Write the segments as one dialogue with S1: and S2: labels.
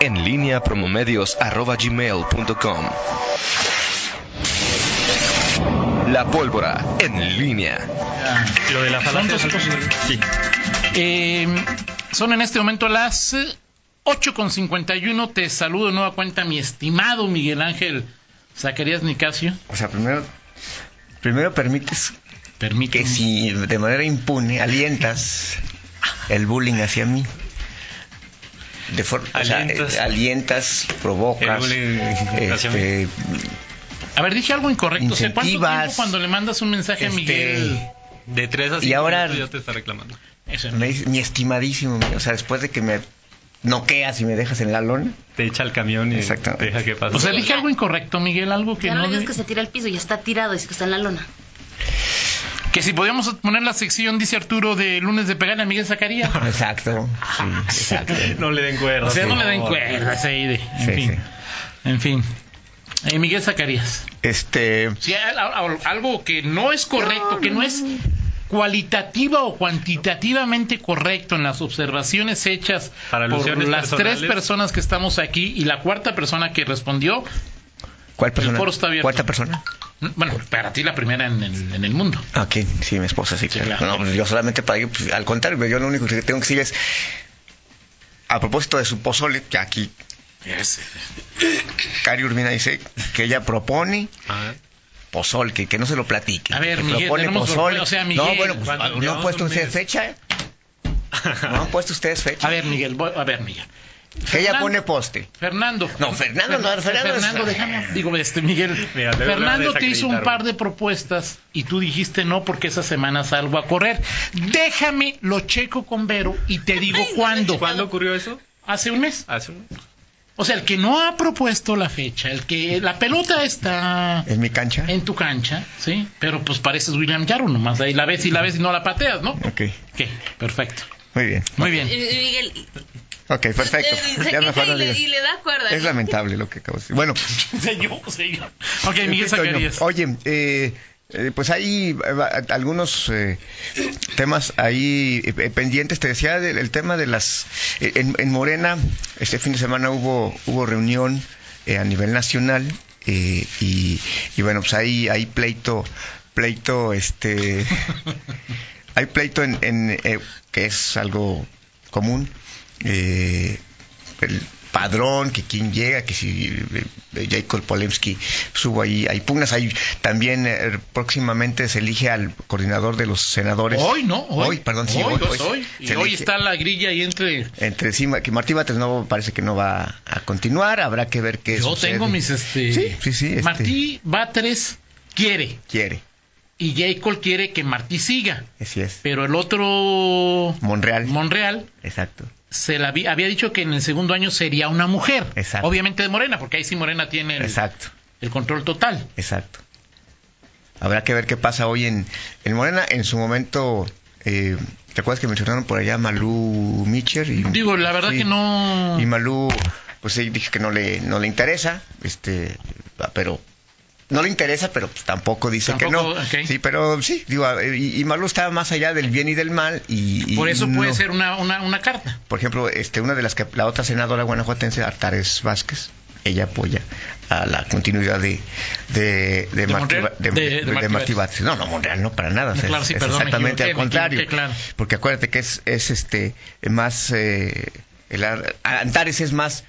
S1: en línea promomedios.com. La pólvora en línea.
S2: Lo de la falacia.
S3: Son dos cosas.
S2: Sí.
S3: Eh, son en este momento las eh, 8.51. Te saludo de nueva cuenta, mi estimado Miguel Ángel Zacarías Nicasio.
S4: O sea, primero, primero permites
S3: Permíteme.
S4: que si de manera impune alientas el bullying hacia mí. De forma, alientas.
S2: Alientas.
S4: eh, alientas, provocas,
S2: El bullying hacia
S4: este,
S3: A ver, dije algo incorrecto. ¿Sé cuánto
S4: Incentivas.
S3: tiempo cuando le mandas un mensaje a
S4: Este,
S3: Miguel?
S2: De tres a
S4: Y
S2: cinco
S4: ahora-
S2: minutos ya te está reclamando.
S3: Eso,
S4: me dice, mi estimadísimo, o sea, después de que me noqueas y me dejas en la lona,
S2: Te echa el camión y
S4: Exactamente.
S2: te deja que pase.
S3: O sea, dije algo incorrecto, Miguel, algo que
S5: Ya no
S3: no...
S5: le digas
S3: de-
S5: que se tira al piso, ya está tirado, es que está en la lona.
S3: Que si podíamos poner la sección, dice Arturo, de lunes de pegarle a Miguel Zacarías.
S4: exacto, sí, exacto.
S2: no le den cuerda.
S3: O sea, no
S2: por
S3: le den
S2: favor.
S3: cuerdas ahí de... En
S4: Sí,
S3: fin.
S4: sí.
S3: En fin. Eh, Miguel Zacarías.
S4: Este,
S3: Si hay al- al- algo que no es correcto, que no es cualitativa o cuantitativamente correcto en las observaciones hechas
S2: Para
S3: por
S2: alusiones
S3: las
S2: personales.
S3: tres personas que estamos aquí y la cuarta persona que respondió,
S4: ¿cuál persona?
S3: foro está abierto.
S4: ¿Cuarta persona?
S3: bueno, para ti la primera en el, en el mundo.
S4: Ah, Ok, sí, mi esposa, sí.
S3: Sí,
S4: claro.
S3: claro.
S4: No, pues yo solamente para ir, pues, al contrario, yo lo único que tengo que decir es, a propósito de su pozole, que aquí Cari Urbina dice que ella propone
S2: Ah,
S4: pozol, que, que no se lo platique.
S3: A ver,
S4: Que
S3: Miguel, tenemos
S4: pozole.
S3: o sea,
S4: no,
S3: Miguel,
S4: bueno, pues,
S2: cuando-
S4: no han
S2: llevamos
S4: puesto
S2: un
S4: ustedes
S2: mes.
S4: fecha. ¿eh? No han puesto ustedes
S3: A
S4: fecha.
S3: ver, Miguel, voy- a ver, Miguel.
S4: que ella
S3: Fernando.
S4: pone poste.
S3: Fernando.
S4: No, Fernando, no, Fernando es-
S3: Fernando, déjame. Digo, este, Miguel.
S2: Mira, debe
S3: Fernando te hizo un
S2: desacreditarme.
S3: par de propuestas y tú dijiste no porque esa semana salgo a correr. Déjame, lo checo con Vero y te digo cuándo.
S2: ¿Cuándo ocurrió eso?
S3: Hace un mes.
S2: Hace un...
S3: O sea, el que no ha propuesto la fecha, el que la pelota está
S4: En mi cancha.
S3: en tu cancha, ¿sí? Pero pues pareces William Yaro nomás. Ahí la ves y la ves y no la pateas, ¿no?
S4: Ok,
S3: Ok, perfecto.
S4: muy bien.
S3: Muy
S5: Y-
S3: bien.
S5: y Miguel,
S4: Ok, perfecto.
S5: eh,
S4: Ya
S5: se
S4: mejor
S5: queja
S4: no
S5: y le,
S4: digas.
S5: y le da cuerda.
S4: Es lamentable lo que acabo de decir. Bueno, pues,
S3: Señor, señor. Ok, Miguel
S4: Sí, Este, Toño.
S3: Zacarías.
S4: Oye, eh, eh, pues hay eh, va- algunos eh, temas ahí eh, eh, pendientes. Te decía del el tema de las... eh, en, en Morena, este fin de semana hubo, hubo reunión eh, a nivel nacional eh, y, y bueno, pues hay, hay pleito, pleito, este... hay pleito en, en, eh, que es algo común eh, el padrón que quién llega que si eh, eh, Jacob Polemski subo ahí hay pugnas hay también eh, próximamente se elige al coordinador de los senadores
S3: Hoy, ¿no? Hoy,
S4: perdón sí
S3: hoy,
S4: hoy,
S3: hoy, hoy. Y
S4: se
S3: hoy
S4: elige-
S3: está la grilla ahí entre...
S4: entre sí, que Martí Batres no parece que no va a continuar habrá que ver qué
S3: Yo
S4: sucede.
S3: tengo mis... Este,
S4: sí sí sí este,
S3: Martí Batres quiere.
S4: quiere
S3: Y J. Cole quiere que Martí siga.
S4: así es
S3: Pero el otro...
S4: Monreal
S3: Monreal
S4: exacto
S3: se la vi- había dicho que en el segundo año sería una mujer.
S4: Exacto.
S3: Obviamente de Morena, porque ahí sí Morena tiene el,
S4: exacto
S3: el control total.
S4: Exacto. Habrá que ver qué pasa hoy en, en Morena. En su momento, eh, ¿te acuerdas que mencionaron por allá a Malú Mitcher? Y,
S3: Digo, la verdad
S4: Mm. sí.
S3: que no...
S4: Y Malú, pues sí, dije que no le, no le interesa, este, pero... No le interesa, pero pues, tampoco dice
S3: Tampoco,
S4: que no.
S3: ok.
S4: Sí, pero sí, digo, a- y, y Malú está más allá del bien y del mal. Y, y
S3: por eso puede
S4: no.
S3: ser una, una, una carta.
S4: Por ejemplo, este, una de las que la otra senadora guanajuatense, Artares Vázquez, ella apoya a la continuidad de de de,
S3: ¿De
S4: Martí
S3: Monreal?
S4: Ba- de-
S3: De- de
S4: de- de
S3: Martí
S4: Martí
S3: Batres.
S4: Batres. No, no, Monreal no para nada. o sea,
S3: Claro,
S4: es-
S3: sí,
S4: es
S3: perdón, me
S4: exactamente
S3: equivoqué, me
S4: al contrario.
S3: equivoqué, claro.
S4: Porque acuérdate que es es este más eh, el Ar- Antares es más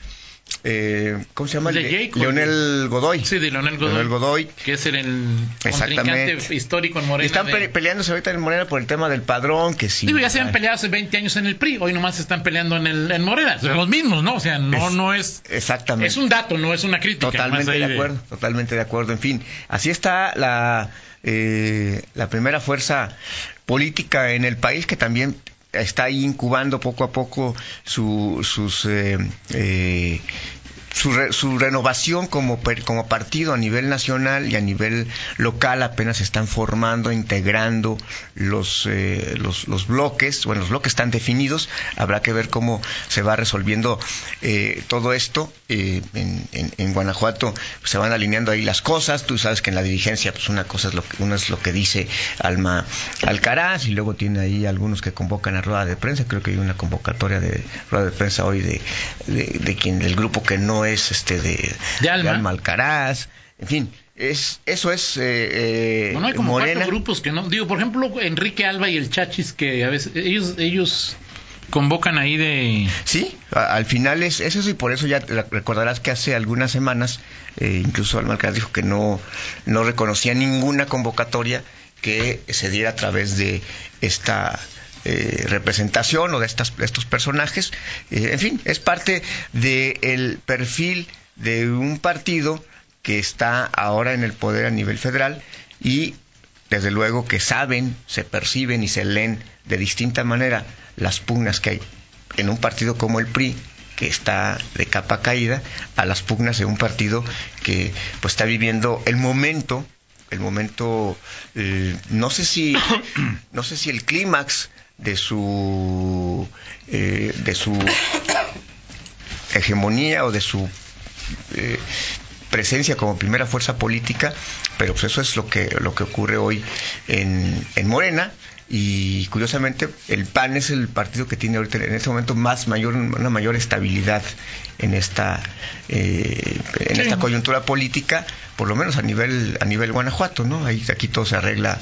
S4: eh, ¿cómo se llama?
S3: De
S4: Le-
S3: Jacob.
S4: Leonel Godoy.
S3: Sí, de Leonel Godoy.
S4: Leonel Godoy.
S3: Que es el, el
S4: Exactamente.
S3: contrincante histórico en Morena.
S4: Están
S3: de-
S4: pe- peleándose ahorita en Morena por el tema del padrón, que sí.
S3: Digo, ya se han peleado hace 20 años en el PRI, hoy nomás se están peleando en el en Morena, O sea, los mismos, ¿no? O sea, no
S4: Es-
S3: no es
S4: Exactamente.
S3: es un dato, no es una crítica.
S4: Totalmente
S3: más ahí
S4: de acuerdo, totalmente de acuerdo. En fin, así está la, eh, la primera fuerza política en el país que también está ahí incubando poco a poco su- sus eh, eh, su, re- su renovación como, per- como partido a nivel nacional y a nivel local apenas se están formando, integrando los, eh, los, los bloques, bueno, los bloques están definidos, habrá que ver cómo se va resolviendo eh, todo esto. eh, en, en- en Guanajuato se van alineando ahí las cosas, tú sabes que en la dirigencia pues una cosa es lo que, una es lo que dice Alma Alcaraz y luego tiene ahí algunos que convocan a rueda de prensa, creo que hay una convocatoria de rueda de prensa hoy de, de- de quien del grupo que no es este de,
S3: De Alma.
S4: Alcaraz, en fin, es eso es eh, eh,
S3: Bueno, hay como
S4: Morena.
S3: cuatro grupos que no. Digo, por ejemplo, Enrique Alba y el Chachis, que a veces ellos, ellos convocan ahí de.
S4: Sí, a- al final es, es eso y por eso ya te recordarás que hace algunas semanas eh, incluso Alma Alcaraz dijo que no, no reconocía ninguna convocatoria que se diera a través de esta eh, representación o de estas, de estos personajes. Eh, en fin, es parte del perfil de un partido que está ahora en el poder a nivel federal y desde luego que saben, se perciben y se leen de distinta manera las pugnas que hay en un partido como el PRI que está de capa caída a las pugnas de un partido que pues está viviendo el momento el momento eh, no sé si no sé si el clímax de su eh, de su hegemonía o de su eh, presencia como primera fuerza política, pero pues eso es lo que, lo que ocurre hoy en, en Morena. Y curiosamente, el PAN es el partido que tiene ahorita en este momento más mayor, una mayor estabilidad en esta, eh, en
S3: Sí.
S4: esta coyuntura política, por lo menos a nivel, a nivel Guanajuato, ¿no? Ahí, aquí todo se arregla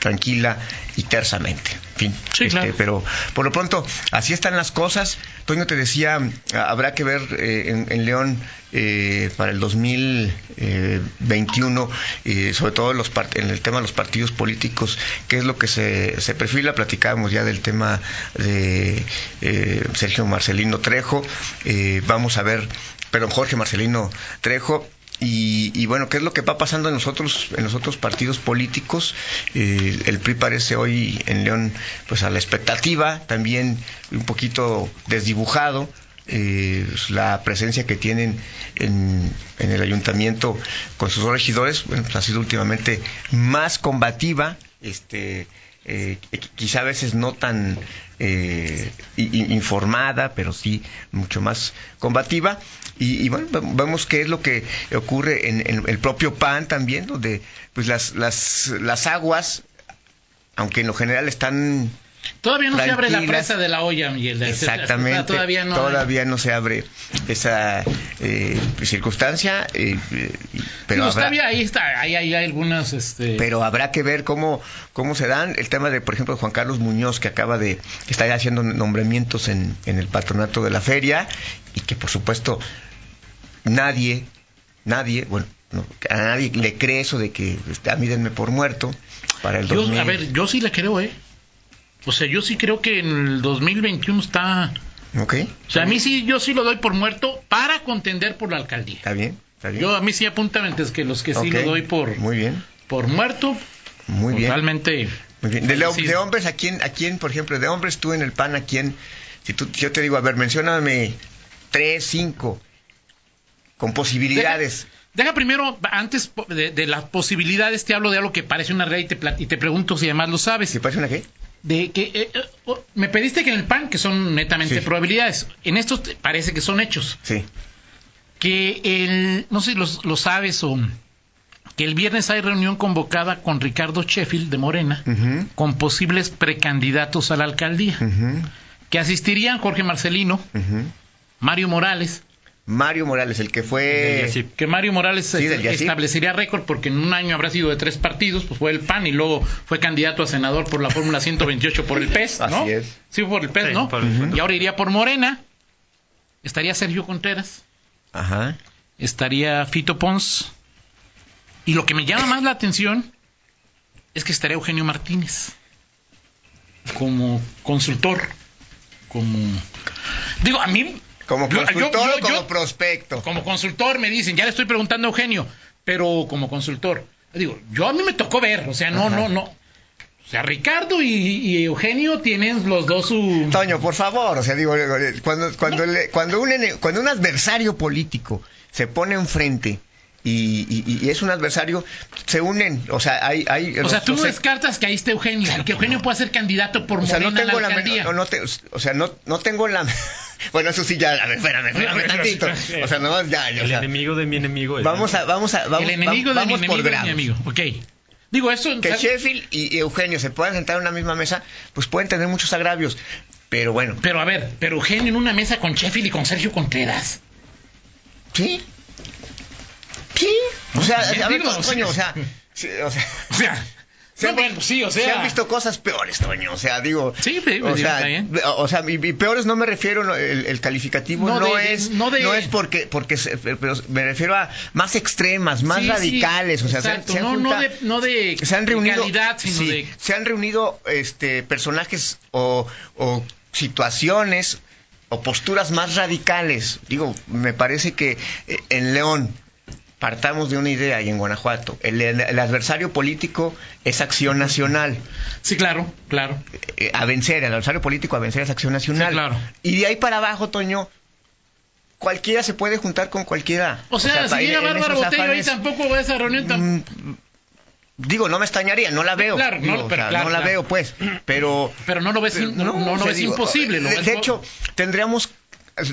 S4: tranquila y tersamente. En fin, este,
S3: Sí, claro.
S4: pero por lo pronto, así están las cosas. Toño te decía, ah, habrá que ver eh, en, en León eh, para el 2021, eh, sobre todo los part- en el tema de los partidos políticos, qué es lo que se, se perfila. Platicábamos ya del tema de eh, Sergio Marcelino Trejo. Eh, vamos a ver, perdón, Jorge Marcelino Trejo. Y, y bueno, ¿qué es lo que va pasando en nosotros, en los otros partidos políticos? Eh, el PRI parece hoy en León, pues a la expectativa, también un poquito desdibujado. eh, la presencia que tienen en, en el ayuntamiento con sus regidores bueno, pues, ha sido últimamente más combativa, este, eh, qui- quizá a veces no tan eh, i- i- informada, pero sí mucho más combativa. Y, y bueno, ve- vemos qué es lo que ocurre en, en el propio PAN también, donde pues las, las, las aguas, aunque en lo general están
S3: Todavía no se abre la
S4: Tranquilas.
S3: presa de la olla, Miguel.
S4: Exactamente.
S3: Todavía no.
S4: Todavía no se abre esa eh, circunstancia, eh, eh, pero
S3: Digo,
S4: habrá-
S3: todavía ahí está. Ahí ahí hay algunas. Este...
S4: pero habrá que ver cómo, cómo se dan. El tema de, por ejemplo, Juan Carlos Muñoz, que acaba de, que está ya haciendo nombramientos en, en el patronato de la feria, y que por supuesto nadie, nadie, bueno, no, a nadie le cree eso de que este, a mí denme por muerto para el
S3: Yo,
S4: 2000.
S3: a ver, yo sí la creo, ¿eh? O sea, yo sí creo que en el 2021 está.
S4: ¿Ok?
S3: O sea, a mí sí, yo sí lo doy por muerto para contender por la alcaldía.
S4: ¿Está bien? ¿Está bien?
S3: Yo a mí sí apúntame es que los que sí
S4: Ok.
S3: lo doy por,
S4: Muy bien,
S3: por muerto,
S4: muy bien.
S3: totalmente.
S4: Muy bien. De, lo-
S3: Sí.
S4: de hombres, ¿a quién, ¿a quién, por ejemplo, de hombres tú en el PAN, a quién? Si tú, yo te digo, a ver, mencióname tres, cinco, con posibilidades.
S3: Deja primero, antes po- de, de las posibilidades, te hablo de algo que parece una realidad y te, plat- y te pregunto si además lo sabes.
S4: ¿Se parece una qué?
S3: De que eh, eh, oh, me pediste que en el PAN, que son netamente
S4: Sí.
S3: probabilidades, en estos te- parece que son hechos.
S4: Sí.
S3: que el, no sé si los- lo, sabes o que el viernes hay reunión convocada con Ricardo Sheffield de Morena
S4: Ujú,
S3: con posibles precandidatos a la alcaldía,
S4: ujú,
S3: que asistirían Jorge Marcelino,
S4: ujú.
S3: Mario Morales,
S4: Mario Morales, el que
S2: Del
S4: fue...
S2: Yacip.
S3: que Mario Morales
S4: Sí,
S3: eh,
S4: del Yacif.
S3: establecería récord porque en un año habrá sido de tres partidos, pues fue el PAN y luego fue candidato a senador por la Fórmula 128 por el PES, ¿no?
S4: Así es.
S3: Sí, fue por el PES,
S2: Sí,
S3: Pues, ¿no?
S2: por el E PES.
S3: Y ahora iría por Morena, estaría Sergio Contreras,
S4: Ajá.
S3: estaría Fito Pons. Y lo que me llama más la atención es que estaría Eugenio Martínez como consultor, como digo a mí
S4: Como
S3: yo- yo-
S4: consultor
S3: yo-
S4: o como
S3: yo-
S4: prospecto.
S3: como consultor me dicen, ya le estoy preguntando a Eugenio, pero como consultor, digo, yo a mí me tocó ver, o sea, no no no O sea, Ricardo y, y Eugenio tienen los dos su...
S4: Toño, por favor, o sea, digo, eh, cuando, cuando, le- cuando, un, ene- cuando un adversario político se pone enfrente y, y- y es un adversario, se unen, o sea, hay... hay
S3: O sea, tú no
S4: sé-
S3: descartas que ahí esté Eugenio, que Eugenio pueda ser candidato por
S4: o sea,
S3: Morena
S4: no tengo
S3: a la
S4: la, men-
S3: alcaldía.
S4: no, no te- o sea, no, no tengo la bueno eso sí ya a ver espérame espérame tantito o sea nomás ya, ya, o
S2: El
S4: sea,
S2: enemigo de mi enemigo es.
S4: vamos a vamos a vamos,
S3: el enemigo de
S4: vamos
S3: mi
S4: por
S3: enemigo es
S4: grados
S3: mi amigo. Ok. Digo, eso...
S4: que
S3: o sea,
S4: Sheffield y y Eugenio se puedan sentar en una misma mesa pues pueden tener muchos agravios pero bueno
S3: Pero a ver, pero Eugenio en una mesa con Sheffield y con Sergio Contreras.
S4: sí sí o sea
S3: Digo,
S4: a ver
S3: o sea-
S4: Toño, o sea sí, o sea
S3: O sea...
S4: se
S3: no,
S4: han
S3: bueno,
S4: vi-
S3: sí, o
S4: se
S3: sea...
S4: han visto cosas peores, Toño. O sea, digo.
S3: Sí, sí,
S4: o
S3: digo,
S4: sea,
S3: está bien.
S4: o sea, y, y peores no me refiero, no, el, el calificativo
S3: No
S4: no,
S3: de-
S4: es.
S3: no
S4: No,
S3: de-
S4: es porque. porque se- pero me refiero a más extremas, más
S3: Sí, sí,
S4: radicales. o sea, se han-
S3: exacto.
S4: se han,
S3: no, no
S4: junta-
S3: de, no de
S4: se han reunido.
S3: calidad, sino
S4: sí,
S3: de...
S4: Se han reunido este, personajes o, o situaciones o posturas más radicales. Digo, me parece que eh, en León. Partamos de una idea y en Guanajuato. El- el- el adversario político es acción nacional
S3: Sí, claro, claro.
S4: eh, a vencer, al adversario político a vencer es Acción Nacional.
S3: Sí, claro.
S4: Y de ahí para abajo, Toño, cualquiera se puede juntar con cualquiera.
S3: O sea,
S4: pa-
S3: si llega
S4: en- en
S3: Bárbara
S4: esos
S3: Botello ahí
S4: afanes,
S3: tampoco va a esa reunión. tam-
S4: mm, digo, no me extrañaría, no la veo.
S3: Claro, no,
S4: Digo, o
S3: pero
S4: sea,
S3: claro,
S4: no la
S3: claro.
S4: veo, pues. Pero
S3: pero no lo ves, in- no, no
S4: o
S3: lo
S4: sea,
S3: ves
S4: digo,
S3: imposible. lo
S4: de,
S3: ves-
S4: de hecho, tendríamos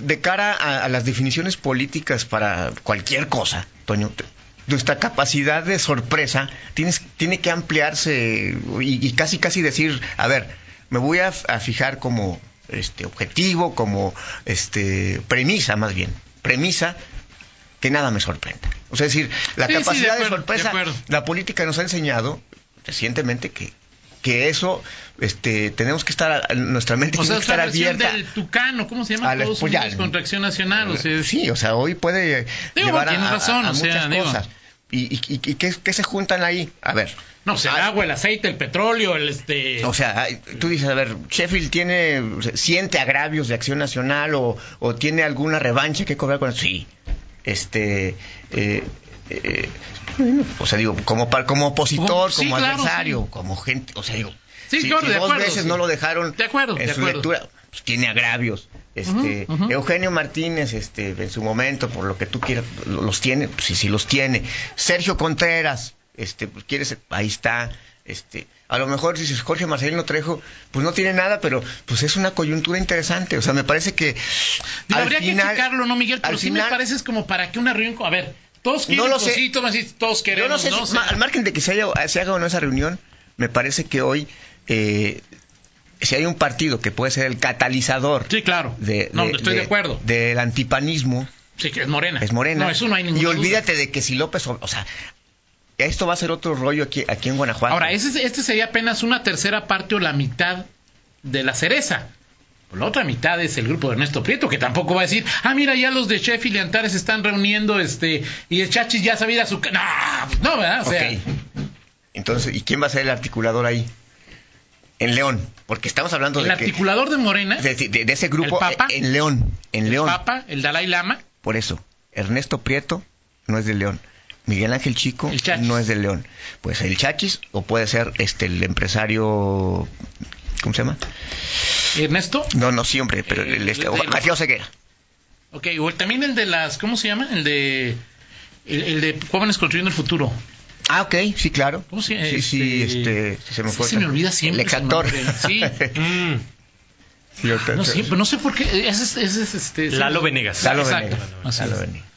S4: de cara a, a las definiciones políticas para cualquier cosa, Toño. te- Nuestra capacidad de sorpresa tienes, tiene que ampliarse y, y casi casi decir, a ver, me voy a, f- a fijar como este objetivo, como este premisa más bien, premisa que nada me sorprenda. O sea, es decir, la
S3: Sí, sí, de
S4: capacidad de,
S3: acuerdo, de
S4: sorpresa,
S3: acuerdo.
S4: la política nos ha enseñado recientemente que que eso este tenemos que estar a- nuestra mente
S3: o sea,
S4: tiene que
S3: esa
S4: estar
S3: versión
S4: abierta
S3: del Tucano, ¿cómo se llama?
S4: A la-
S3: Todos
S4: pues ya,
S3: Unidos contra Acción Nacional. O sea,
S4: sí o sea hoy puede
S3: Digo,
S4: llevar a,
S3: tienes
S4: a-
S3: razón,
S4: a
S3: o sea,
S4: muchas
S3: digo.
S4: cosas y, y, y- y qué, qué se juntan ahí a ver
S3: No, o sea, el agua, el aceite, el petróleo, el este...
S4: Ah, o sea hay- tú dices a ver Sheffield tiene siente agravios de acción nacional o, o tiene alguna revancha que cobrar con sí este eh, eh, bueno, o sea digo como par- como opositor
S3: Como- sí,
S4: como
S3: claro,
S4: adversario
S3: sí.
S4: como gente o sea digo
S3: Sí,
S4: si,
S3: claro,
S4: si
S3: de
S4: dos
S3: acuerdo,
S4: veces
S3: sí.
S4: no lo dejaron
S3: De acuerdo,
S4: en
S3: de
S4: su
S3: acuerdo.
S4: lectura, pues, tiene agravios. Este,
S3: Ujú, ujú.
S4: Eugenio Martínez, este, en su momento, por lo que tú quieras, lo- los tiene, pues, sí, sí los tiene. Sergio Contreras, este, pues, quieres, ahí está. Este, a lo mejor si dices Jorge Marcelino Trejo, pues no tiene nada, pero pues es una coyuntura interesante. O sea, me parece que
S3: Digo,
S4: al
S3: habría
S4: final-
S3: que checarlo, ¿no, Miguel? Pero
S4: al
S3: sí me
S4: final-
S3: pareces como para que una reunión... con- A ver, todos quieren
S4: No lo sé.
S3: cositas, más y todos
S4: Yo
S3: queremos,
S4: no sé, si-
S3: O sea,
S4: ma- al margen de que se, haya- se haga o no esa reunión, me parece que hoy, eh, si hay un partido que puede ser el catalizador
S3: Sí, claro.
S4: de,
S3: no, estoy de, acuerdo.
S4: Del antipanismo
S3: sí, que es morena.
S4: es Morena.
S3: No, eso no hay ninguna
S4: Y
S3: duda.
S4: olvídate de que si López, o, o sea, esto va a ser otro rollo aquí, aquí en Guanajuato.
S3: Ahora, ese, este sería apenas una tercera parte o la mitad de la cereza. La otra mitad es el grupo de Ernesto Prieto, que tampoco va a decir, ah, mira, ya los de Sheffield y Antares se están reuniendo, este, y el Chachis ya sabía su... ca-". No, no, ¿verdad? O sea,
S4: Ok. Entonces, ¿y quién va a ser el articulador ahí? En León, porque estamos hablando
S3: el
S4: de, que-
S3: articulador de Morena,
S4: de, de- de ese grupo
S3: ¿El Papa?
S4: eh, en León, en
S3: el
S4: León.
S3: Papa, el Dalai Lama,
S4: Por eso, Ernesto Prieto no es de León. Miguel Ángel Chico
S3: El Chachis.
S4: no es de León. Pues el Chachis o puede ser este el empresario ¿cómo se llama?
S3: Ernesto,
S4: No, no siempre, pero el,
S3: Eh,
S4: este,
S3: de-
S4: o-
S3: de-
S4: Mateo Ceguera.
S3: ok, o el- también el de las, ¿cómo se llama? El de... El, el de jóvenes construyendo el futuro.
S4: Ah, ok, sí, claro.
S3: ¿Cómo se llama?
S4: Sí, sí, este, se me
S3: sí,
S4: fue.
S3: se me olvida siempre
S4: El
S3: su
S4: exactor.
S3: nombre. Sí.
S2: Mm,
S4: Sí, ahorita-
S3: No siempre, no sé por qué. eh, Ese es, ese es, este.
S2: Lalo Venegas.
S4: Lalo
S3: Exacto.
S4: Venegas.
S3: Así
S4: Lalo
S3: es.
S4: Venegas.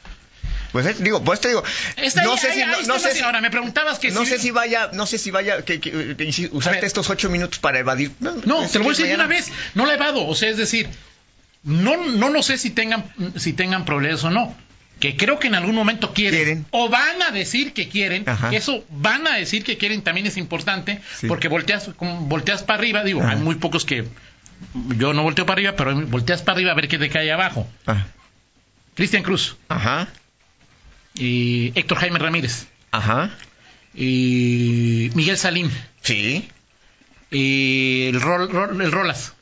S4: Pues es- digo, pues te digo,
S3: Está
S4: no
S3: ahí,
S4: sé
S3: ahí,
S4: si
S3: ahí
S4: no,
S3: está
S4: no
S3: la
S4: sé si-
S3: señora. me preguntabas que
S4: no sé si vaya, no sé si vaya que, que- que- si usaste
S3: A ver.
S4: estos ocho minutos para evadir.
S3: No,
S4: es
S3: te lo voy a
S4: que
S3: decir de una
S4: mañana-
S3: vez. No la he dado. O sea, es decir, no, no, no sé si tengan, si tengan problemas o no. Que creo que en algún momento quieren,
S4: Quieren.
S3: o van a decir que quieren,
S4: Ajá.
S3: que eso van a decir que quieren también es importante,
S4: Sí.
S3: porque volteas, como volteas para arriba, digo,
S4: Ajá.
S3: hay muy pocos que yo no volteo para arriba, pero volteas para arriba a ver qué te cae abajo.
S4: Ah,
S3: Cristian Cruz
S4: Ajá.
S3: y Héctor Jaime Ramírez
S4: Ajá.
S3: y Miguel Salim.
S4: Sí.
S3: y el, Rol- Rol- el Rolas,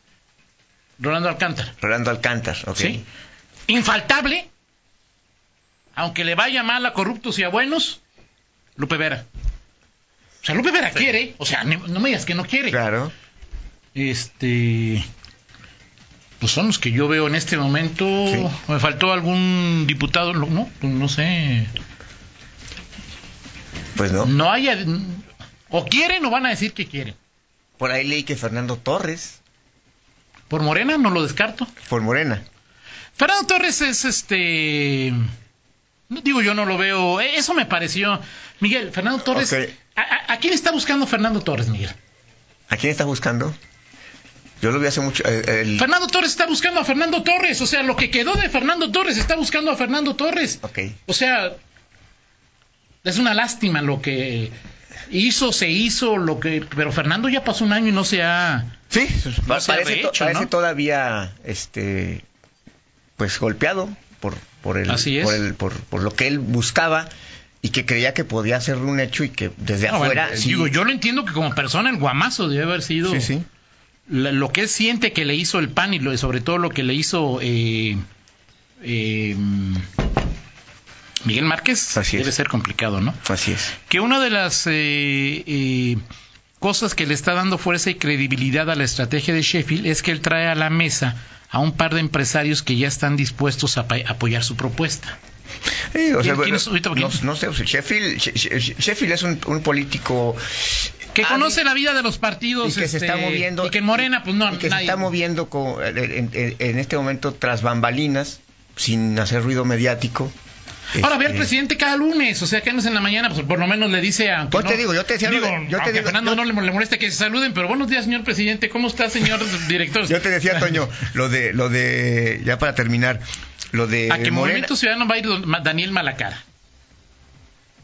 S3: Rolando Alcántara,
S4: Rolando Alcántar, ok.
S3: ¿sí? Infaltable, aunque le vaya mal a corruptos y a buenos, Lupe Vera. O sea, Lupe Vera quiere, o sea, ne- no me digas que no quiere.
S4: Claro.
S3: Este. Pues son los que yo veo en este momento.
S4: Sí.
S3: Me faltó algún diputado, no, no, pues no sé.
S4: Pues no.
S3: No haya. O quieren o van a decir que quieren.
S4: Por ahí leí que Fernando Torres,
S3: Por Morena no lo descarto.
S4: por Morena.
S3: Fernando Torres es este. No digo yo no lo veo. eh, Eso me pareció. Miguel, Fernando Torres.
S4: Ok.
S3: ¿a- a, a quién está buscando Fernando Torres, Miguel?
S4: ¿A quién está buscando? Yo lo vi hace mucho. eh, el-
S3: Fernando Torres está buscando a Fernando Torres. O sea, lo que quedó de Fernando Torres está buscando a Fernando Torres.
S4: Ok.
S3: O sea, es una lástima lo que hizo, se hizo, lo que. Pero Fernando ya pasó un año y no se ha.
S4: Sí,
S3: No
S4: pa-
S3: se ha
S4: parece, to-
S3: rehecho,
S4: parece
S3: ¿no?
S4: todavía este pues golpeado por por el,
S3: Así es.
S4: por, el por, por lo que él buscaba y que creía que podía ser un hecho y que desde
S3: Ah, bueno,
S4: afuera sí,
S3: Digo, yo lo entiendo que como persona el guamazo debe haber sido.
S4: sí, sí.
S3: la- lo que él siente que le hizo el PAN y lo- sobre todo lo que le hizo eh, eh, Miguel Márquez
S4: Así es.
S3: debe ser complicado, ¿no?
S4: Así es.
S3: Que una de las eh, eh, cosas que le está dando fuerza y credibilidad a la estrategia de Sheffield es que él trae a la mesa a un par de empresarios que ya están dispuestos a pa- apoyar su propuesta.
S4: Sí,
S3: ¿Quién-
S4: o sea,
S3: quién
S4: bueno,
S3: es ahorita?
S4: no,
S3: ¿Quién?
S4: no sé, o sea, Sheffield, She- She- Sheffield es un, un político
S3: Que
S4: Ah,
S3: conoce
S4: sí.
S3: la vida de los partidos
S4: y que se
S3: este,
S4: está moviendo
S3: y que en Morena pues no
S4: y que se
S3: nadie-
S4: está moviendo co- eh, en, en- en este momento tras bambalinas sin hacer ruido mediático.
S3: Ahora ve al
S4: Este,
S3: presidente cada lunes, o sea, que antes en la mañana, pues por lo menos le dice a.
S4: Yo Pues te digo, yo te decía lo de- yo te
S3: aunque a
S4: digo-
S3: Fernando
S4: yo-
S3: no le le moleste que se saluden, pero buenos días, señor presidente, ¿cómo está, señor director?
S4: Yo te decía, Toño, lo de, lo de, ya para terminar, lo de
S3: a Ah, que
S4: eh, Morena.
S3: Movimiento Ciudadano va a ir don- Ma- Daniel Malacara.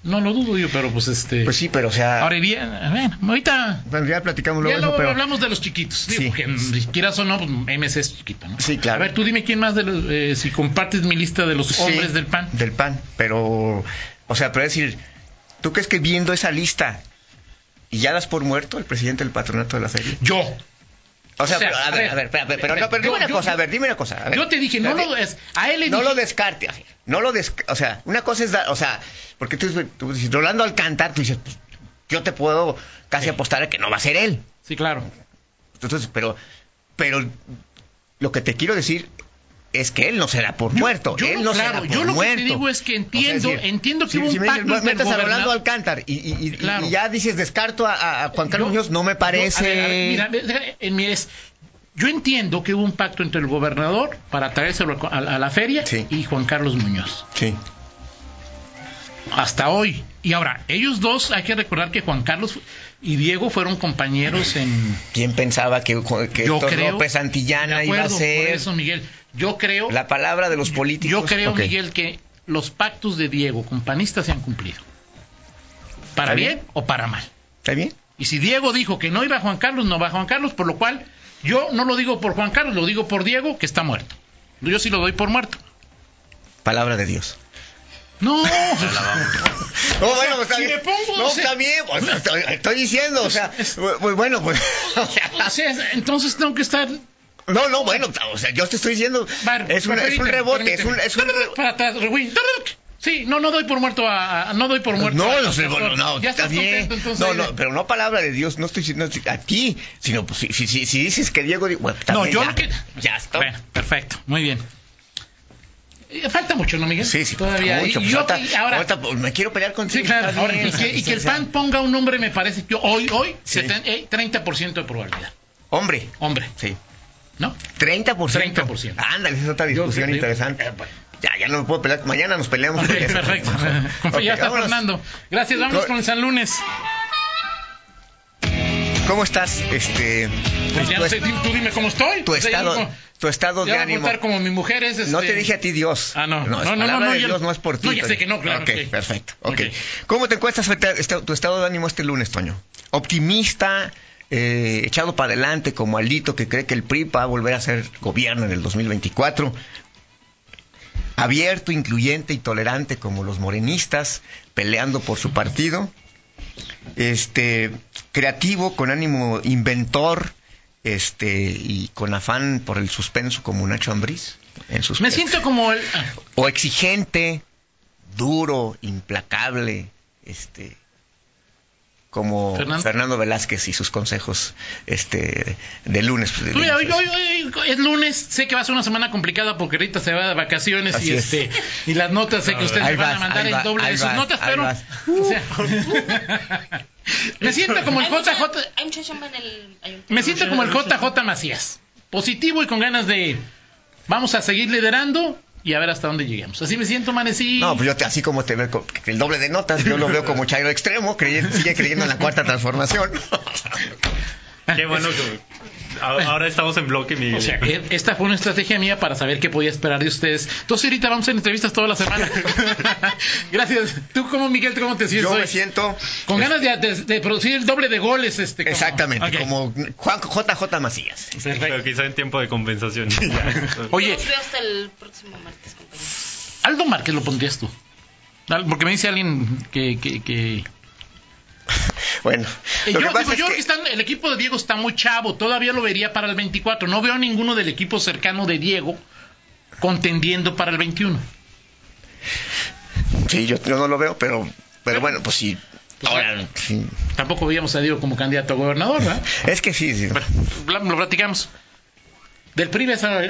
S3: No lo dudo yo, pero pues este.
S4: Pues sí, pero o sea,
S3: Ahora bien, a ver, ahorita.
S4: bueno, ya platicamos
S3: Ya
S4: luego eso,
S3: luego
S4: pero
S3: hablamos de los chiquitos. Digo,
S4: Sí.
S3: que mm, quieras o no, pues, MC es chiquito, ¿no?
S4: Sí, claro.
S3: A ver, tú dime quién más de los. eh, si compartes mi lista de los
S4: sí,
S3: hombres del PAN.
S4: Del PAN, pero, o sea, pero es decir, ¿tú crees que viendo esa lista y ya das por muerto el presidente del patronato de la feria?
S3: Yo.
S4: O sea,
S3: O sea,
S4: pero, a
S3: a
S4: ver,
S3: ver,
S4: a ver, espera, espera, pero,
S3: yo-
S4: no, pero dime
S3: yo-
S4: una
S3: yo-
S4: cosa, a ver, dime una cosa. a ver.
S3: Yo te dije, no
S4: Espérate.
S3: lo. es- a él le
S4: no
S3: dije-
S4: lo descarte, así. No lo des- o sea, una cosa es, da- o sea, porque tú, tú dices, Rolando Alcántara, tú dices, pues, yo te puedo casi apostar a que no va a ser él.
S3: Sí, claro.
S4: Entonces, pero, pero lo que te quiero decir es que él no será por
S3: Yo-
S4: muerto.
S3: yo
S4: él
S3: lo-
S4: no será
S3: claro,
S4: por
S3: yo lo que te
S4: muerto.
S3: digo es que entiendo-
S4: es
S3: entiendo que
S4: si-
S3: hubo un
S4: si me dices,
S3: pacto entre el
S4: metes a Rolando
S3: gobernador-
S4: Alcántara y, y- y-
S3: Claro.
S4: y ya dices descarto a, a- a Juan Carlos
S3: Yo-
S4: Muñoz, no
S3: yo-
S4: me
S3: a ver,
S4: parece.
S3: a ver, mira, ve- deja- en mi es- yo entiendo que hubo un pacto entre el gobernador para traérselo a, a la feria
S4: Sí.
S3: y Juan Carlos Muñoz.
S4: Sí,
S3: Hasta hoy. Y ahora, ellos dos, hay que recordar que Juan Carlos y Diego fueron compañeros en.
S4: ¿quién pensaba que, que
S3: yo
S4: Héctor
S3: creo.
S4: López Santillana
S3: De
S4: iba a
S3: acuerdo,
S4: ser
S3: Por eso, Miguel. Yo creo.
S4: la palabra de los políticos?
S3: Yo creo,
S4: Ok.
S3: Miguel, que los pactos de Diego con panistas se han cumplido. Para
S4: ¿Está
S3: bien,
S4: bien?
S3: o para mal.
S4: ¿Está bien?
S3: Y si Diego dijo que no iba Juan Carlos, no va Juan Carlos, por lo cual yo no lo digo por Juan Carlos, lo digo por Diego, que está muerto. Yo sí lo doy por muerto.
S4: Palabra de Dios.
S3: No,
S4: No, bueno, pues, está
S3: si
S4: bien.
S3: me pongo,
S4: no,
S3: o sea-
S4: está bien. pues, estoy, estoy diciendo, o sea, pues bueno, pues. o sea,
S3: o sea, entonces tengo que estar...
S4: No, no, bueno, o sea, yo te estoy diciendo,
S3: Bueno,
S4: es, un, es un
S3: permíteme,
S4: rebote, es un,
S3: permíteme.
S4: es un re-
S3: Para atrás, rewind. Sí, no, no doy por muerto a... a- no doy por muerto
S4: No,
S3: a-
S4: no, sé, bueno, no,
S3: Ya
S4: está
S3: estás
S4: bien.
S3: contento, entonces...
S4: No, no, pero no palabra de Dios, no estoy diciendo a ti, sino pues, si, si, si- si dices que Diego, digo, bueno, está
S3: No,
S4: bien,
S3: yo
S4: ya,
S3: lo que...
S4: ya está.
S3: Bueno, perfecto, muy bien. Eh, Falta mucho, ¿no, Miguel?
S4: Sí, sí,
S3: Todavía.
S4: mucho,
S3: Y
S4: pues,
S3: yo-
S4: ahorita-
S3: y ahora,
S4: ahorita, pues, me quiero pelear contigo.
S3: Sí, claro.
S4: está
S3: Ahora,
S4: bien,
S3: y, que, y que el
S4: o sea,
S3: PAN ponga un nombre me parece que hoy, hoy,
S4: Sí.
S3: seten- eh, 30% de probabilidad.
S4: Hombre,
S3: Hombre,
S4: sí,
S3: ¿no?
S4: 30%.
S3: 30%.
S4: Ándale, esa es otra discusión
S3: Yo-
S4: interesante.
S3: Eh, bueno.
S4: Ya, ya no me puedo pelear, mañana nos peleamos.
S3: Ok,
S4: porque eso-
S3: perfecto. Pues
S4: Ok,
S3: ya está
S4: vámonos.
S3: Fernando. Gracias, vamos
S4: Co-
S3: con el San Lunes.
S4: ¿Cómo estás, este,
S3: Pues ya
S4: tu,
S3: no sé, di- tú dime cómo estoy.
S4: tu
S3: O sea, ya
S4: estado,
S3: no-
S4: tu
S3: ya
S4: estado de
S3: voy a
S4: ánimo?
S3: votar como mi mujer es.
S4: No
S3: este-
S4: te dije a ti Dios.
S3: Ah, no.
S4: No,
S3: No,
S4: es
S3: no,
S4: palabra
S3: no,
S4: de
S3: ya-
S4: Dios no es por ti.
S3: No, ya
S4: Toño.
S3: sé que no, claro,
S4: Ok,
S3: ok.
S4: perfecto. ok.
S3: Ok.
S4: ¿Cómo te encuentras esta- esta- tu estado de ánimo este lunes, Toño? Optimista, eh, echado para adelante como Alito que cree que el PRI va a volver a ser gobierno en el 2024. Abierto, incluyente y tolerante como los morenistas, peleando por su partido este creativo, con ánimo inventor, este y con afán por el suspenso como Nacho Ambriz en sus
S3: pues Me siento como el. ah,
S4: o exigente, duro, implacable, este como
S3: Fernando.
S4: Fernando, Velázquez y sus consejos este de lunes. pues, de
S3: Mira, hoy,
S4: lunes.
S3: hoy- hoy es lunes, sé que va a ser una semana complicada porque ahorita se va de vacaciones y
S4: Así es.
S3: este y las notas sé que ustedes
S4: Ahí
S3: me van a
S4: vas,
S3: mandar
S4: ahí
S3: el
S4: va,
S3: doble de
S4: ahí
S3: sus
S4: vas,
S3: notas,
S4: ahí
S3: pero uh,
S4: vas.
S3: o sea, me siento como el
S5: Hay mucha-
S3: JJ,
S5: Hay mucha chamba en el ayuntamiento.
S3: me siento como el JJ Macías, positivo y con ganas de vamos a seguir liderando y a ver hasta dónde llegamos. Así me siento, Manecí.
S4: No, pues yo te- así como te veo co- el doble de notas, yo lo veo como chairo extremo, creyendo, sigue creyendo en la cuarta transformación.
S2: Qué bueno que a- ahora estamos en bloque, Miguel.
S3: O sea, e- esta fue una estrategia mía para saber qué podía esperar de ustedes. Entonces ahorita vamos a entrevistas toda la semana. Gracias. ¿Tú cómo, Miguel, cómo te sientes
S4: Yo
S3: hoy?
S4: me siento
S3: Con ganas de, de- de producir el doble de goles. Este, como-
S4: exactamente
S3: Ok.
S4: como Juan JJ Macías.
S2: pero
S3: Perfecto.
S2: quizá en tiempo de compensación.
S3: Oye,
S5: Los veo hasta el próximo martes, compañeros.
S3: Aldo Márquez lo pondrías tú. Al- Porque me dice alguien que... que, que...
S4: Bueno,
S3: Eh,
S4: lo
S3: yo
S4: que pasa
S3: digo,
S4: es
S3: yo
S4: que-
S3: que están- el equipo de Diego está muy chavo, todavía lo vería para el 24. No veo a ninguno del equipo cercano de Diego contendiendo para el 21.
S4: sí, yo, yo no lo veo, pero pero bueno, pues sí. Ahora, sí.
S3: Tampoco veíamos a Diego como candidato a gobernador, ¿verdad?
S4: Es que sí, sí.
S3: Bueno, pla- lo platicamos. Del PRI ves a- a-
S4: Eh,